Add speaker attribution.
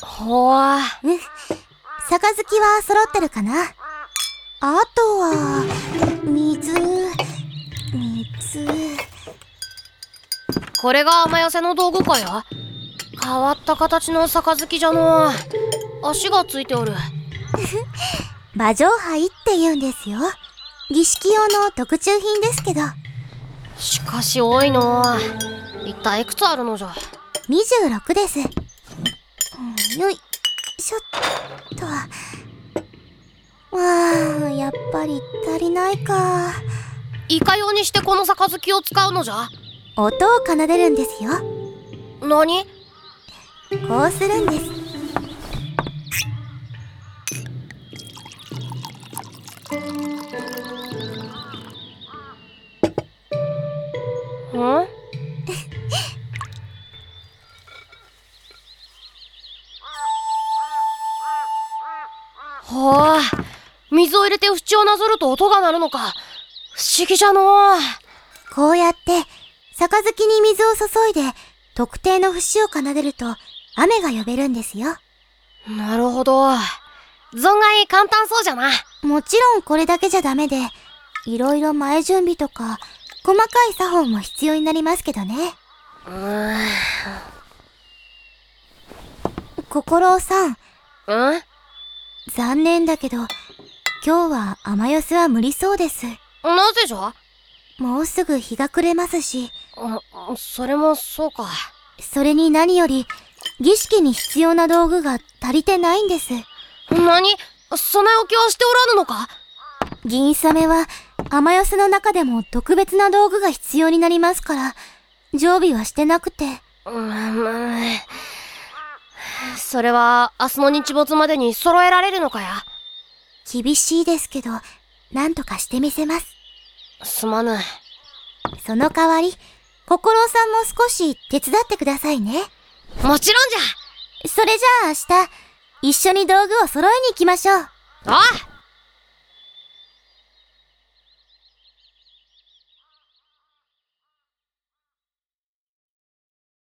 Speaker 1: 怖
Speaker 2: うん。杯は揃ってるかなあとは、水、水。
Speaker 1: これが雨寄せの道具かや変わった形の杯じゃのう足がついておる
Speaker 2: 馬上杯って言うんですよ。儀式用の特注品ですけど、
Speaker 1: しかし多いのう一体いくつあるのじゃ
Speaker 2: 26です。うんよいしょっと。わあ、やっぱり足りないか。
Speaker 1: いかようにしてこの杯を使うのじゃ
Speaker 2: 音を奏でるんですよ。
Speaker 1: 何
Speaker 2: こうするんです。
Speaker 1: んほあ水を入れて縁をなぞると音が鳴るのか不思議じゃのう
Speaker 2: こうやって、杯に水を注いで、特定の節を奏でると、雨が呼べるんですよ。
Speaker 1: なるほど存外簡単そうじゃな
Speaker 2: もちろんこれだけじゃダメで、いろいろ前準備とか、細かい作法も必要になりますけどね。
Speaker 1: うー
Speaker 2: 心をさ
Speaker 1: ん
Speaker 2: ん、
Speaker 1: ん
Speaker 2: 残念だけど、今日は雨寄せは無理そうです。
Speaker 1: なぜじゃ
Speaker 2: もうすぐ日が暮れますし、
Speaker 1: あそれもそうか
Speaker 2: それに何より、儀式に必要な道具が足りてないんです。
Speaker 1: 何備え置きはしておらぬのか
Speaker 2: 銀サメは、雨寄せの中でも特別な道具が必要になりますから、常備はしてなくて。
Speaker 1: うんまあそれは明日の日没までに揃えられるのかや
Speaker 2: 厳しいですけど、なんとかしてみせます。
Speaker 1: すまぬ
Speaker 2: その代わり、心さんも少し手伝ってくださいね。
Speaker 1: もちろんじ
Speaker 2: それじゃあ明日、一緒に道具を揃えに行きましょう。
Speaker 1: ゃあ